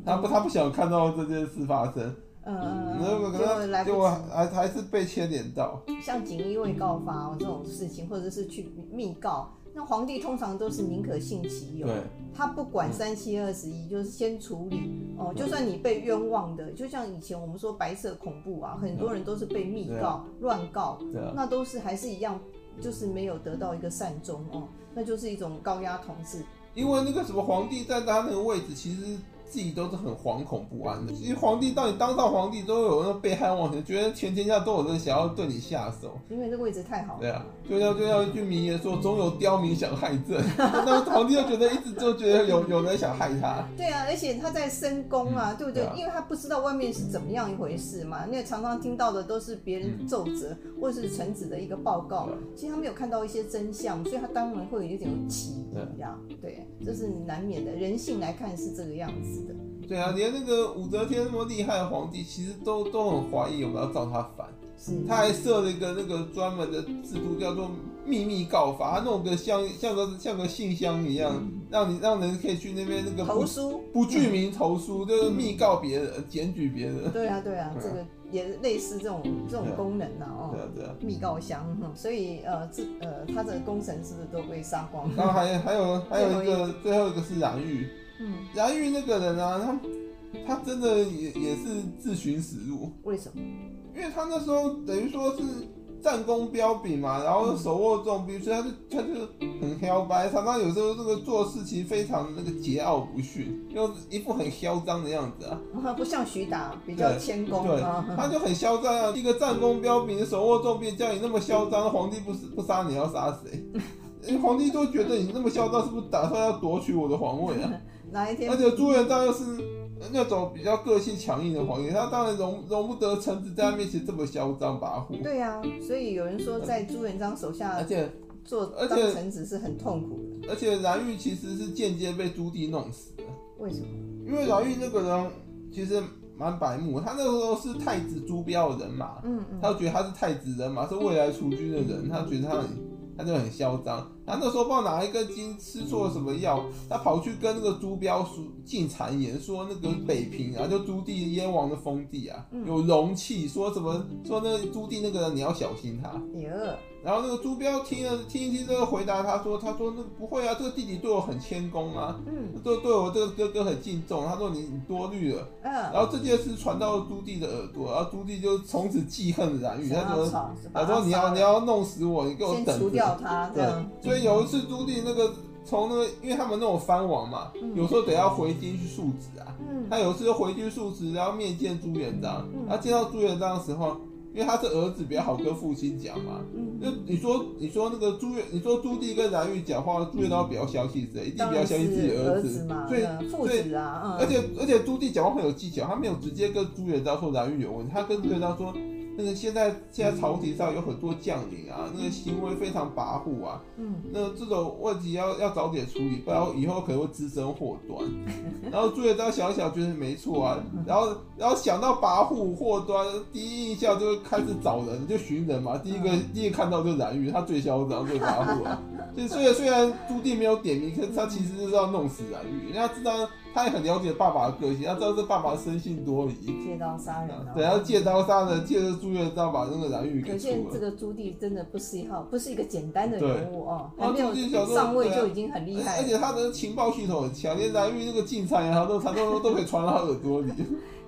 [SPEAKER 1] 他不，他不想看到这件事发生，
[SPEAKER 2] 嗯嗯
[SPEAKER 1] 那
[SPEAKER 2] 嗯，
[SPEAKER 1] 么
[SPEAKER 2] 结
[SPEAKER 1] 可
[SPEAKER 2] 果来
[SPEAKER 1] 能结
[SPEAKER 2] 不
[SPEAKER 1] 果
[SPEAKER 2] 及。
[SPEAKER 1] 还还是被牵连到。
[SPEAKER 2] 像锦衣卫告发、哦、这种事情，或者是去密告，那皇帝通常都是宁可信其有
[SPEAKER 1] 对，，嗯
[SPEAKER 2] 他不管三七二十一，就是先处理哦。就算你被冤枉的，就像以前我们说白色恐怖啊，很多人都是被密
[SPEAKER 1] 对
[SPEAKER 2] 告、乱告，
[SPEAKER 1] 对啊，
[SPEAKER 2] 那都是还是一样，就是没有得到一个善终哦，那就是一种高压统治。
[SPEAKER 1] 因为那个什么皇帝在他那个位置，其实。自己都是很惶恐不安的。其实皇帝到你当上皇帝，都有那种被害妄想，觉得全天下都有人想要对你下手。
[SPEAKER 2] 因为这个位置太好
[SPEAKER 1] 对啊
[SPEAKER 2] 了，，
[SPEAKER 1] 就像就像一句名言说：“总有刁民想害朕。” [laughs] 那皇帝就觉得一直就觉得有有人想害他。
[SPEAKER 2] 对啊，而且他在深宫啊，对不对？
[SPEAKER 1] 对啊
[SPEAKER 2] 因为他不知道外面是怎么样一回事嘛，那常常听到的都是别人奏折、或是臣子的一个报告
[SPEAKER 1] 对啊，
[SPEAKER 2] 其实他没有看到一些真相，所以他当然会有一点起疑啊。
[SPEAKER 1] 嗯
[SPEAKER 2] 对，这是难免的，人性来看是这个样子的。
[SPEAKER 1] 对啊，连那个武则天那么厉害的皇帝，其实都都很怀疑有没有要造他反。
[SPEAKER 2] 是，
[SPEAKER 1] 他还设了一个那个专门的制度，叫做秘密告发，他弄个像像个像个信箱一样，让你让人可以去那边那个
[SPEAKER 2] 投
[SPEAKER 1] 不
[SPEAKER 2] 书，
[SPEAKER 1] 不具名投书，就是密告别人、检举别人。
[SPEAKER 2] 对啊，对啊，
[SPEAKER 1] 对啊
[SPEAKER 2] 这个也类似这种这种
[SPEAKER 1] 对啊
[SPEAKER 2] 功能啊，哦
[SPEAKER 1] 对，啊对啊。
[SPEAKER 2] 密告箱，哼所以呃，这呃，它的工程是不是都被杀光
[SPEAKER 1] 然后
[SPEAKER 2] 了？
[SPEAKER 1] 还还有还有一个最后一个是冉玉，
[SPEAKER 2] 嗯，
[SPEAKER 1] 冉玉那个人啊，他他真的也也是自寻死路，
[SPEAKER 2] 为什么？
[SPEAKER 1] 因为他那时候等于说是战功彪炳嘛，然后手握重兵，所以他就他就很嚣掰，常常有时候这个做事情非常那个桀骜不驯，又一副很嚣张的样子啊。
[SPEAKER 2] [laughs] 不像徐达比较
[SPEAKER 1] 对
[SPEAKER 2] 谦恭
[SPEAKER 1] 对，他
[SPEAKER 2] 啊，
[SPEAKER 1] 就很嚣张啊！一个战功彪炳、手握重兵，叫你那么嚣张，皇帝不是不杀你要杀谁？诶皇帝都觉得你那么嚣张，是不是打算要夺取我的皇位啊？
[SPEAKER 2] 哪一天
[SPEAKER 1] 而且朱元璋又是那种比较个性强硬的皇帝，他当然容容不得臣子在他面前这么嚣张跋扈。
[SPEAKER 2] 对啊，所以有人说在朱元璋手
[SPEAKER 1] 而
[SPEAKER 2] 下
[SPEAKER 1] 且
[SPEAKER 2] 做
[SPEAKER 1] 而
[SPEAKER 2] 当
[SPEAKER 1] 且
[SPEAKER 2] 臣子是很痛苦的，
[SPEAKER 1] 而且蓝玉其实是间接被朱棣弄死的，
[SPEAKER 2] 为什么？
[SPEAKER 1] 因为蓝玉那个人其实蛮白目，他那个时候是太子朱标的人马，
[SPEAKER 2] 嗯嗯，
[SPEAKER 1] 他觉得他是太子人嘛，是未来储君的人，他觉得他很，他就很嚣张。他那时候不知道哪一根筋吃错了什么药，他跑去跟那个朱标说进谗言，说那个北平啊，就朱棣燕王的封地啊，
[SPEAKER 2] 嗯
[SPEAKER 1] 有容器，说什么说那个朱棣那个人你要小心他。
[SPEAKER 2] 也饿，
[SPEAKER 1] 然后那个朱标听了听一听这个回答，他说他说那不会啊，这个弟弟对我很谦恭啊，
[SPEAKER 2] 嗯
[SPEAKER 1] 对对我这个哥哥很敬重。他说你你多虑了。
[SPEAKER 2] 嗯，
[SPEAKER 1] 然后这件事传到朱棣的耳朵，然后朱棣就从此记恨冉玉，
[SPEAKER 2] 想
[SPEAKER 1] 他
[SPEAKER 2] 要
[SPEAKER 1] 说
[SPEAKER 2] 吵，把
[SPEAKER 1] 他
[SPEAKER 2] 他
[SPEAKER 1] 说你
[SPEAKER 2] 杀
[SPEAKER 1] 要
[SPEAKER 2] 了
[SPEAKER 1] 你要弄死我，你给我
[SPEAKER 2] 先除
[SPEAKER 1] 等
[SPEAKER 2] 掉
[SPEAKER 1] 着。
[SPEAKER 2] 他这
[SPEAKER 1] 对
[SPEAKER 2] 样，，
[SPEAKER 1] 所以有一次朱棣那个从那个，因为他们那种藩王嘛，
[SPEAKER 2] 嗯
[SPEAKER 1] 有时候得要回京去述职啊。
[SPEAKER 2] 嗯
[SPEAKER 1] 他有一次就回去述职，然后面见朱元璋
[SPEAKER 2] 嗯。
[SPEAKER 1] 他见到朱元璋的时候，因为他是儿子，比较好跟父亲讲嘛。就
[SPEAKER 2] 嗯，
[SPEAKER 1] 你说你说那个朱元，你说朱棣跟冉玉讲话，朱元璋比较相信谁？一定
[SPEAKER 2] 当
[SPEAKER 1] 比较
[SPEAKER 2] 然
[SPEAKER 1] 相信自己
[SPEAKER 2] 是
[SPEAKER 1] 的
[SPEAKER 2] 儿
[SPEAKER 1] 子
[SPEAKER 2] 嘛，，
[SPEAKER 1] 所以
[SPEAKER 2] 嗯父
[SPEAKER 1] 所以
[SPEAKER 2] 子啊，
[SPEAKER 1] 而
[SPEAKER 2] 嗯，
[SPEAKER 1] 且而且朱棣讲话很有技巧，他没有直接跟朱元璋说蓝玉有问题，他跟朱元璋说，那个现在现在朝廷上有很多将领啊，那个行为非常跋扈啊，
[SPEAKER 2] 嗯
[SPEAKER 1] 那这种问题要要早点处理，不然以后可能会滋生祸端。然后朱元璋想一想觉得没错啊，然后然后想到跋扈祸端，第一印象就会开始找人，就寻人嘛。第一个、第一个看到就蓝玉，他最嚣张最跋扈啊。就虽然虽然朱棣没有点名，可是他其实就是要弄死蓝玉，因为他知道他也很了解爸爸的个性，他知道这爸爸生性多疑，
[SPEAKER 2] 借刀杀人啊，
[SPEAKER 1] 对，要借啊刀杀人，借着朱元璋把那个蓝玉
[SPEAKER 2] 可
[SPEAKER 1] 给除
[SPEAKER 2] 见这
[SPEAKER 1] 了。
[SPEAKER 2] 个朱棣真的不是一号，不是一个简单的人物哦，
[SPEAKER 1] 对
[SPEAKER 2] 还没有
[SPEAKER 1] 哦朱棣小时候
[SPEAKER 2] 上位就已经很厉害
[SPEAKER 1] 而且
[SPEAKER 2] 了。
[SPEAKER 1] 他的情报系统很强，连蓝玉那个进谗也好，都他都都可以传到他耳朵
[SPEAKER 2] [laughs]
[SPEAKER 1] 里。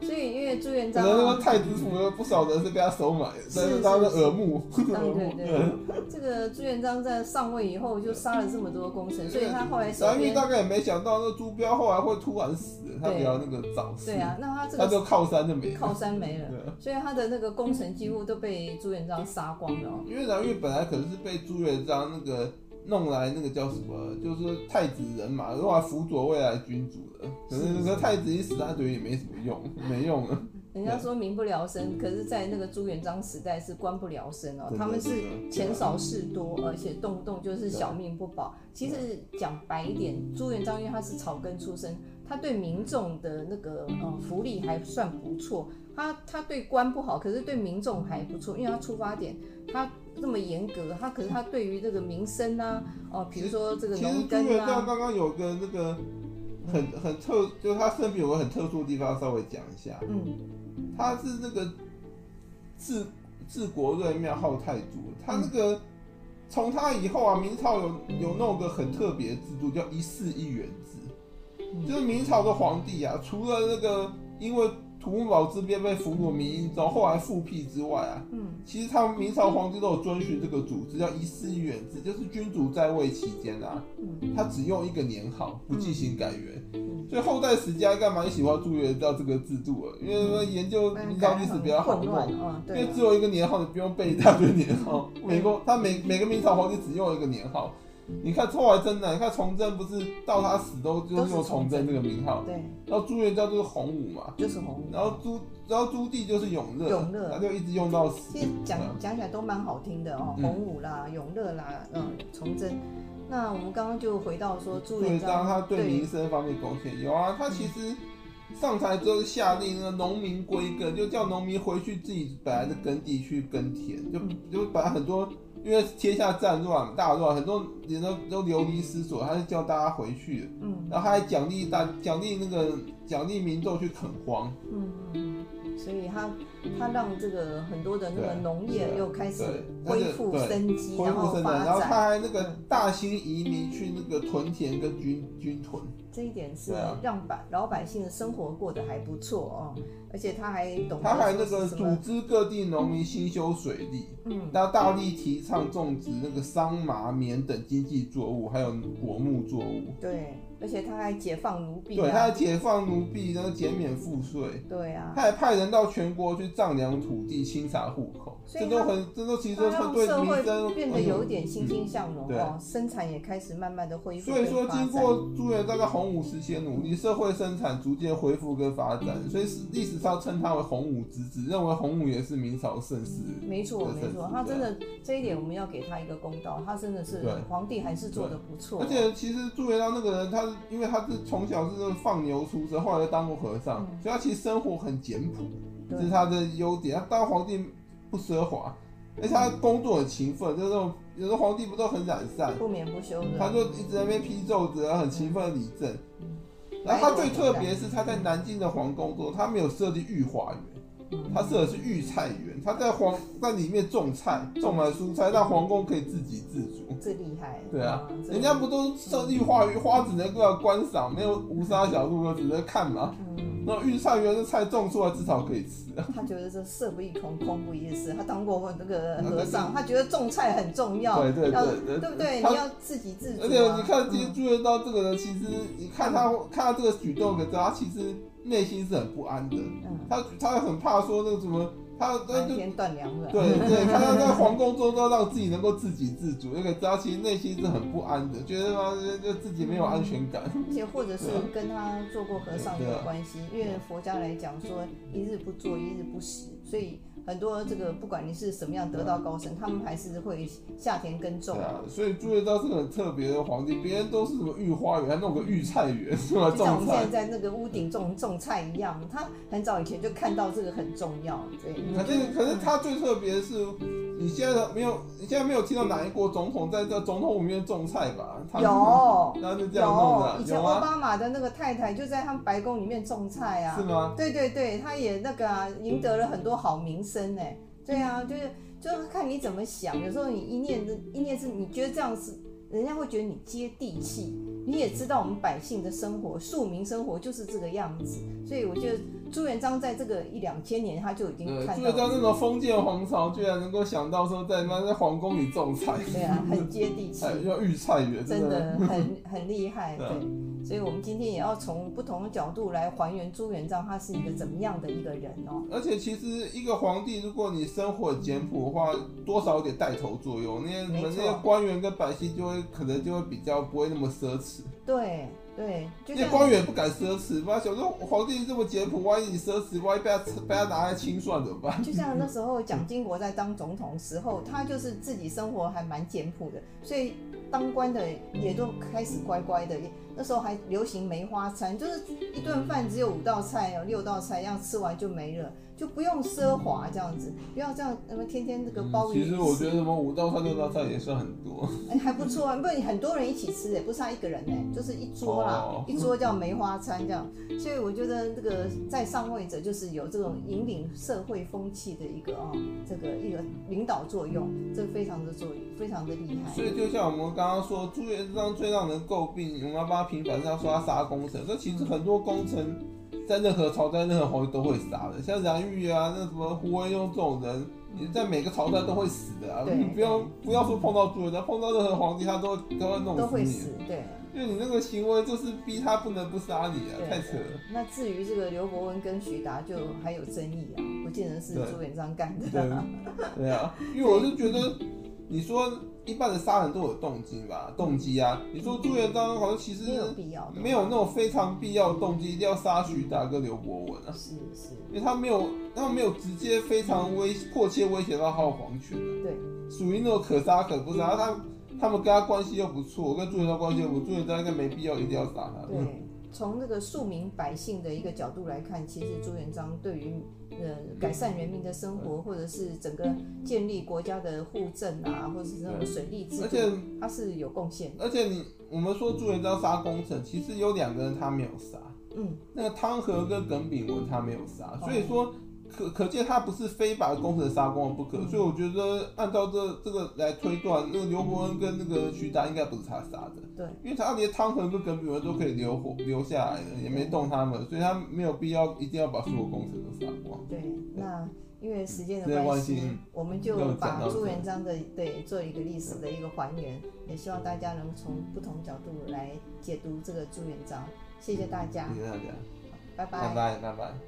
[SPEAKER 2] 所以因为朱元
[SPEAKER 1] 可
[SPEAKER 2] 璋
[SPEAKER 1] 能那
[SPEAKER 2] 啊
[SPEAKER 1] 个，太子府有不少人是被他收买的，
[SPEAKER 2] 是
[SPEAKER 1] 但是他的
[SPEAKER 2] 是是
[SPEAKER 1] 耳目，
[SPEAKER 2] 对
[SPEAKER 1] 耳目
[SPEAKER 2] 对
[SPEAKER 1] [laughs] 嗯
[SPEAKER 2] 对， [laughs] 这个朱元璋在上位以后就杀了这么多功臣，所以他后来手
[SPEAKER 1] 蓝玉
[SPEAKER 2] 边
[SPEAKER 1] 大概也没想到，那朱标后来会突然死，他比较那个早逝，
[SPEAKER 2] 对啊，那他这
[SPEAKER 1] 他
[SPEAKER 2] 个
[SPEAKER 1] 就靠山就没了。
[SPEAKER 2] 靠山没了，
[SPEAKER 1] 对，
[SPEAKER 2] 所以他的那个功臣几乎都被朱元璋杀光了哦。
[SPEAKER 1] 因为蓝玉本来可能是被朱元璋那个弄来那个叫什么，就是太子人马，用来辅佐未来君主的。可
[SPEAKER 2] 是
[SPEAKER 1] 是那个太子一死，他觉得也没什么用，没用了。
[SPEAKER 2] 人家说民不聊生，可是，在那个朱元璋时代是官不聊生哦，
[SPEAKER 1] 真的
[SPEAKER 2] 他们是
[SPEAKER 1] 真的
[SPEAKER 2] 钱少事多，而且动不动就是小命不保。其实讲白一点，朱元璋因为他是草根出身，他对民众的那个呃福利还算不错。他他对官不好，可是对民众还不错，因为他出发点他那么严格，他可是他对于这个民生啊，哦、比如说这个
[SPEAKER 1] 其实
[SPEAKER 2] 农
[SPEAKER 1] 朱
[SPEAKER 2] 耕
[SPEAKER 1] 元璋
[SPEAKER 2] 啊，
[SPEAKER 1] 刚刚有个那个很很特，就是他身边有个很特殊的地方，稍微讲一下。
[SPEAKER 2] 嗯
[SPEAKER 1] 他是那个治治国瑞妙号太祖，他
[SPEAKER 2] 嗯
[SPEAKER 1] 那个从他以后啊，明朝有有弄个很特别的制度，叫一世一元制，
[SPEAKER 2] 嗯
[SPEAKER 1] 就是明朝的皇帝啊，除了那个因为土木堡之变被俘虏民英宗，后来复辟之外啊。
[SPEAKER 2] 嗯
[SPEAKER 1] 其实他们明朝皇帝都有遵循这个组织，叫一世一元制，就是君主在位期间啊，
[SPEAKER 2] 嗯，
[SPEAKER 1] 他只用一个年号，不进行改元。
[SPEAKER 2] 嗯
[SPEAKER 1] 所以后代史家干嘛喜欢朱元璋这个制度啊？因为研究明朝历史比较好
[SPEAKER 2] 混乱
[SPEAKER 1] 弄，
[SPEAKER 2] 啊，
[SPEAKER 1] 因
[SPEAKER 2] 对
[SPEAKER 1] 为
[SPEAKER 2] 啊
[SPEAKER 1] 只有一个年号，你不用背一大堆年
[SPEAKER 2] [laughs]
[SPEAKER 1] 号。每个他每每个明朝皇帝只用一个年号。你看后来真的，你看崇祯不是到他死都就
[SPEAKER 2] 都
[SPEAKER 1] 用
[SPEAKER 2] 是崇
[SPEAKER 1] 崇祯
[SPEAKER 2] 祯
[SPEAKER 1] 这个名号，
[SPEAKER 2] 对，
[SPEAKER 1] 然后朱元璋就是洪武嘛，
[SPEAKER 2] 就是红
[SPEAKER 1] 嗯然后朱然后朱棣就是永乐，
[SPEAKER 2] 永乐
[SPEAKER 1] 他就一直用到死
[SPEAKER 2] 其。实讲
[SPEAKER 1] 嗯
[SPEAKER 2] 讲起来都蛮好听的哦，
[SPEAKER 1] 嗯
[SPEAKER 2] 洪武啦、永乐啦、嗯、崇祯。那我们刚刚就回到说朱
[SPEAKER 1] 朱元
[SPEAKER 2] 元
[SPEAKER 1] 璋
[SPEAKER 2] 璋，
[SPEAKER 1] 他对民生方面贡献有啊，他其
[SPEAKER 2] 嗯
[SPEAKER 1] 实上台之后下令呢，农民归耕，就叫农民回去自己本来的耕地去耕田，就
[SPEAKER 2] 嗯
[SPEAKER 1] 就把很多因为天下战乱大乱，很多人都都流离失所，他就叫大家回去，
[SPEAKER 2] 嗯
[SPEAKER 1] 然后他还奖励大奖励那个奖励民众去垦荒，
[SPEAKER 2] 嗯嗯，所以他他让这个很多的那个
[SPEAKER 1] 对
[SPEAKER 2] 农业
[SPEAKER 1] 对
[SPEAKER 2] 又开始
[SPEAKER 1] 对那
[SPEAKER 2] 恢
[SPEAKER 1] 就
[SPEAKER 2] 复
[SPEAKER 1] 对
[SPEAKER 2] 生机，
[SPEAKER 1] 恢
[SPEAKER 2] 嗯然
[SPEAKER 1] 复
[SPEAKER 2] 后
[SPEAKER 1] 生
[SPEAKER 2] 发
[SPEAKER 1] 产，然后
[SPEAKER 2] 展，嗯
[SPEAKER 1] 他还那个大兴移民去那个屯田跟军军屯，
[SPEAKER 2] 这一点是
[SPEAKER 1] 对啊
[SPEAKER 2] 让百老百姓的生活过得还不错哦，而且他还懂
[SPEAKER 1] 他还
[SPEAKER 2] 得
[SPEAKER 1] 那
[SPEAKER 2] 说
[SPEAKER 1] 个
[SPEAKER 2] 嗯是什
[SPEAKER 1] 组
[SPEAKER 2] 么，
[SPEAKER 1] 织各地农民兴修水利，
[SPEAKER 2] 嗯，
[SPEAKER 1] 他大力提倡种植那个桑麻、棉等经济作物，还有果木作物。
[SPEAKER 2] 对，而且他还解放奴婢
[SPEAKER 1] 对，他还
[SPEAKER 2] 啊，
[SPEAKER 1] 解放奴婢，然后减免赋税，
[SPEAKER 2] 对啊
[SPEAKER 1] 他，还派人到全国去丈量土地、清查户口，
[SPEAKER 2] 所以
[SPEAKER 1] 这
[SPEAKER 2] 他
[SPEAKER 1] 都很，这都其实
[SPEAKER 2] 他
[SPEAKER 1] 都
[SPEAKER 2] 让
[SPEAKER 1] 对
[SPEAKER 2] 社
[SPEAKER 1] 民
[SPEAKER 2] 会
[SPEAKER 1] 生
[SPEAKER 2] 变得有一点欣欣向荣
[SPEAKER 1] 嗯对
[SPEAKER 2] 哦，生产也开始慢慢的恢复
[SPEAKER 1] 所以
[SPEAKER 2] 跟
[SPEAKER 1] 说，
[SPEAKER 2] 发
[SPEAKER 1] 经
[SPEAKER 2] 展，
[SPEAKER 1] 过朱元璋跟洪武时期的努力，社会生产逐渐恢复跟发展，所以史历史上称他为洪武之子，认为洪武也是明朝盛世。
[SPEAKER 2] 没错
[SPEAKER 1] 对
[SPEAKER 2] 没
[SPEAKER 1] 生
[SPEAKER 2] 错
[SPEAKER 1] 产，
[SPEAKER 2] 他
[SPEAKER 1] 对
[SPEAKER 2] 真的这一点我们要给他一个公道，他真的是
[SPEAKER 1] 对
[SPEAKER 2] 皇帝还是做的不错哦
[SPEAKER 1] 而，且其实朱元璋那个人，他因为他是从小是那种放牛出身，后来又当过和尚，
[SPEAKER 2] 嗯
[SPEAKER 1] 所以他其实生活很简朴，这是
[SPEAKER 2] 对
[SPEAKER 1] 他的优点。他当皇帝不奢华，而且他工作很勤奋，就是那种有的皇帝不都很懒散，
[SPEAKER 2] 不眠不休
[SPEAKER 1] 他
[SPEAKER 2] 的，
[SPEAKER 1] 就一直在那边批奏折，很勤奋地理政。
[SPEAKER 2] 嗯
[SPEAKER 1] 然后他最特别的是他在南京的皇宫中，他没有设立御花园，
[SPEAKER 2] 嗯
[SPEAKER 1] 他设的是御菜园，他在皇在里面种菜，种了蔬菜，让皇宫可以自给自足。
[SPEAKER 2] 这厉害，
[SPEAKER 1] 对啊
[SPEAKER 2] 嗯，
[SPEAKER 1] 人家不都设立花园，花只能够要观赏，没有无沙小路了，只能看嘛。
[SPEAKER 2] 嗯，
[SPEAKER 1] 那御菜园的菜种出来，至少可以吃啊。
[SPEAKER 2] 他觉得这色不异空，空不异世。他当过那个和尚，他觉得种菜很重要，
[SPEAKER 1] 对对
[SPEAKER 2] 要
[SPEAKER 1] 对对
[SPEAKER 2] 不对？
[SPEAKER 1] 他
[SPEAKER 2] 你要自给自足、啊。
[SPEAKER 1] 而且你看，今天
[SPEAKER 2] 嗯
[SPEAKER 1] 朱元璋这个人，其实你看他看他这个举动，可知道他其实内心是很不安的。
[SPEAKER 2] 嗯，
[SPEAKER 1] 他他很怕说那个什么，他他
[SPEAKER 2] 白
[SPEAKER 1] 就
[SPEAKER 2] 天断粮了。
[SPEAKER 1] 对对，他要在皇宫中都让自己能够自给自足，那个扎其实内心是很不安的，觉得他妈就就自己没有安全感。
[SPEAKER 2] 而且或者是
[SPEAKER 1] 啊
[SPEAKER 2] 跟他做过和尚有关系，因为佛家来讲说一日不做一日不食，所以很多这个不管你是什么样得道高僧，他们还是会下田耕种
[SPEAKER 1] 对。啊，所以朱元璋是个很特别的皇帝，别人都是什么御花园，他弄个御菜园是吧？
[SPEAKER 2] 就像我
[SPEAKER 1] 种
[SPEAKER 2] 们现在
[SPEAKER 1] 菜。
[SPEAKER 2] 在那个屋顶种种菜一样，他很早以前就看到这个很重要，对。
[SPEAKER 1] 可是
[SPEAKER 2] 嗯
[SPEAKER 1] 可是他最特别的是，你现在没有你现在没有听到哪一国总统在这总统府里面种菜吧？他是
[SPEAKER 2] 有
[SPEAKER 1] 他是这样弄
[SPEAKER 2] 有，
[SPEAKER 1] 的，
[SPEAKER 2] 以前
[SPEAKER 1] 有
[SPEAKER 2] 奥
[SPEAKER 1] 啊，
[SPEAKER 2] 巴马的那个太太就在他们白宫里面种菜
[SPEAKER 1] 是
[SPEAKER 2] 啊，
[SPEAKER 1] 吗？
[SPEAKER 2] 对对对，他也那个啊，赢得了很多好名声呢。对啊，就是就是看你怎么想，有时候你一念的一念是你觉得这样是，人家会觉得你接地气。你也知道我们百姓的生活，庶民生活就是这个样子，所以我觉得朱元璋在这个一两千年他就已经
[SPEAKER 1] 对，
[SPEAKER 2] 看
[SPEAKER 1] 朱
[SPEAKER 2] 到
[SPEAKER 1] 元璋
[SPEAKER 2] 了，
[SPEAKER 1] 那种封建皇朝，居然能够想到说在那在皇宫里种菜，
[SPEAKER 2] 对啊，很接地气
[SPEAKER 1] 哎，。要育菜园，
[SPEAKER 2] 真
[SPEAKER 1] 的。 [laughs]
[SPEAKER 2] 的很很厉害，
[SPEAKER 1] 对
[SPEAKER 2] 对
[SPEAKER 1] 啊。
[SPEAKER 2] 所以，我们今天也要从不同的角度来还原朱元璋他是一个怎么样的一个人哦。
[SPEAKER 1] 而且其实一个皇帝，如果你生活简朴的话，多少有点带头作用。那些你
[SPEAKER 2] 没
[SPEAKER 1] 们
[SPEAKER 2] 错
[SPEAKER 1] 那些官员跟百姓就会可能就会比较不会那么奢侈，
[SPEAKER 2] 对对，就
[SPEAKER 1] 因为
[SPEAKER 2] 像
[SPEAKER 1] 官员也不敢奢侈吧，想说皇帝这么简朴，万一你奢侈，万一被他被他拿来清算怎么办？
[SPEAKER 2] 就像那时候
[SPEAKER 1] 嗯
[SPEAKER 2] 蒋经国在当总统时候，他就是自己生活还蛮简朴的，所以当官的也都开始乖乖的。那时候还流行梅花餐，就是一顿饭只有五道菜哦，六道菜，这样吃完就没了，就不用奢华这样子，不要这样那么天天这个包
[SPEAKER 1] 嗯其
[SPEAKER 2] 鱼。
[SPEAKER 1] 实我觉得什么五道菜六道菜也算很多，
[SPEAKER 2] 哎，还不错啊，不然很多人一起吃，也不是他一个人哎，就是一桌啦，
[SPEAKER 1] 哦
[SPEAKER 2] 一桌叫梅花餐这样。所以我觉得这个在上位者就是有这种引领社会风气的一个哦，这个一个领导作用，这非常的作用，非常的厉害
[SPEAKER 1] 所。以就像我们刚刚说，朱元璋最让人诟病，我们要帮他平反，是要说他杀功臣。这其实很多功臣在任何朝代、任何皇帝都会杀的，像杨玉啊，那什么胡惟庸这种人，你在每个朝代都会死的啊。
[SPEAKER 2] 对
[SPEAKER 1] 你不用不要说碰到朱元璋，碰到任何皇帝他都都会弄
[SPEAKER 2] 都
[SPEAKER 1] 死
[SPEAKER 2] 会
[SPEAKER 1] 你
[SPEAKER 2] 死，，对。
[SPEAKER 1] 因为你那个行为就是逼他不能不杀你啊，
[SPEAKER 2] 对
[SPEAKER 1] 太扯
[SPEAKER 2] [laughs]
[SPEAKER 1] 了。
[SPEAKER 2] 那至于这个刘伯温跟徐达，就还有争议啊，不见得是
[SPEAKER 1] 对
[SPEAKER 2] 朱元璋干的、
[SPEAKER 1] 对
[SPEAKER 2] 啊。
[SPEAKER 1] 对啊，因为我是觉得，你说一般的杀人都有动机吧，动机啊。你说朱元璋好像其实
[SPEAKER 2] [laughs] 没有必要的，
[SPEAKER 1] 没有那种非常必要的动机一定要杀徐达跟刘伯文啊，
[SPEAKER 2] 是是，
[SPEAKER 1] 因为他没有他没有直接非常威迫切威胁到他的皇权啊，
[SPEAKER 2] 对，
[SPEAKER 1] 属于那种可杀可不杀。他他们跟他关系又不错，跟朱元璋关系又不错，朱元璋应该没必要一定要杀他。
[SPEAKER 2] 对，从这个庶民百姓的一个角度来看，其实朱元璋对于呃改善人民的生活，或者是整个建立国家的户政啊，或者是那种水利制
[SPEAKER 1] 而且
[SPEAKER 2] 度，他是有贡献的。
[SPEAKER 1] 而且你我们说朱元璋杀功臣，其实有两个人他没有杀，
[SPEAKER 2] 嗯，
[SPEAKER 1] 那个汤和跟耿炳文他没有杀，所以说可可见他不是非把工程杀光了不可，所以我觉得按照这这个来推断，那个刘伯恩跟那个徐达应该不是他杀的，
[SPEAKER 2] 对，
[SPEAKER 1] 因为他连汤恒跟耿炳文都可以留活留下来的，也没动他们，所以他没有必要一定要把所有工程都杀光。
[SPEAKER 2] 对，那因为时间
[SPEAKER 1] 对
[SPEAKER 2] 的关
[SPEAKER 1] 关
[SPEAKER 2] 系
[SPEAKER 1] 心，
[SPEAKER 2] 我们就
[SPEAKER 1] 那我们讲
[SPEAKER 2] 把
[SPEAKER 1] 到
[SPEAKER 2] 朱
[SPEAKER 1] 这
[SPEAKER 2] 元璋的对做一个历史的一个还原，也希望大家能从不同角度来解读这个朱元嗯
[SPEAKER 1] 嗯
[SPEAKER 2] 璋。谢谢大家，
[SPEAKER 1] 谢谢大家，
[SPEAKER 2] 拜
[SPEAKER 1] 拜
[SPEAKER 2] 拜
[SPEAKER 1] 拜拜拜。